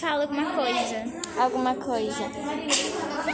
Fala alguma coisa. alguma coisa.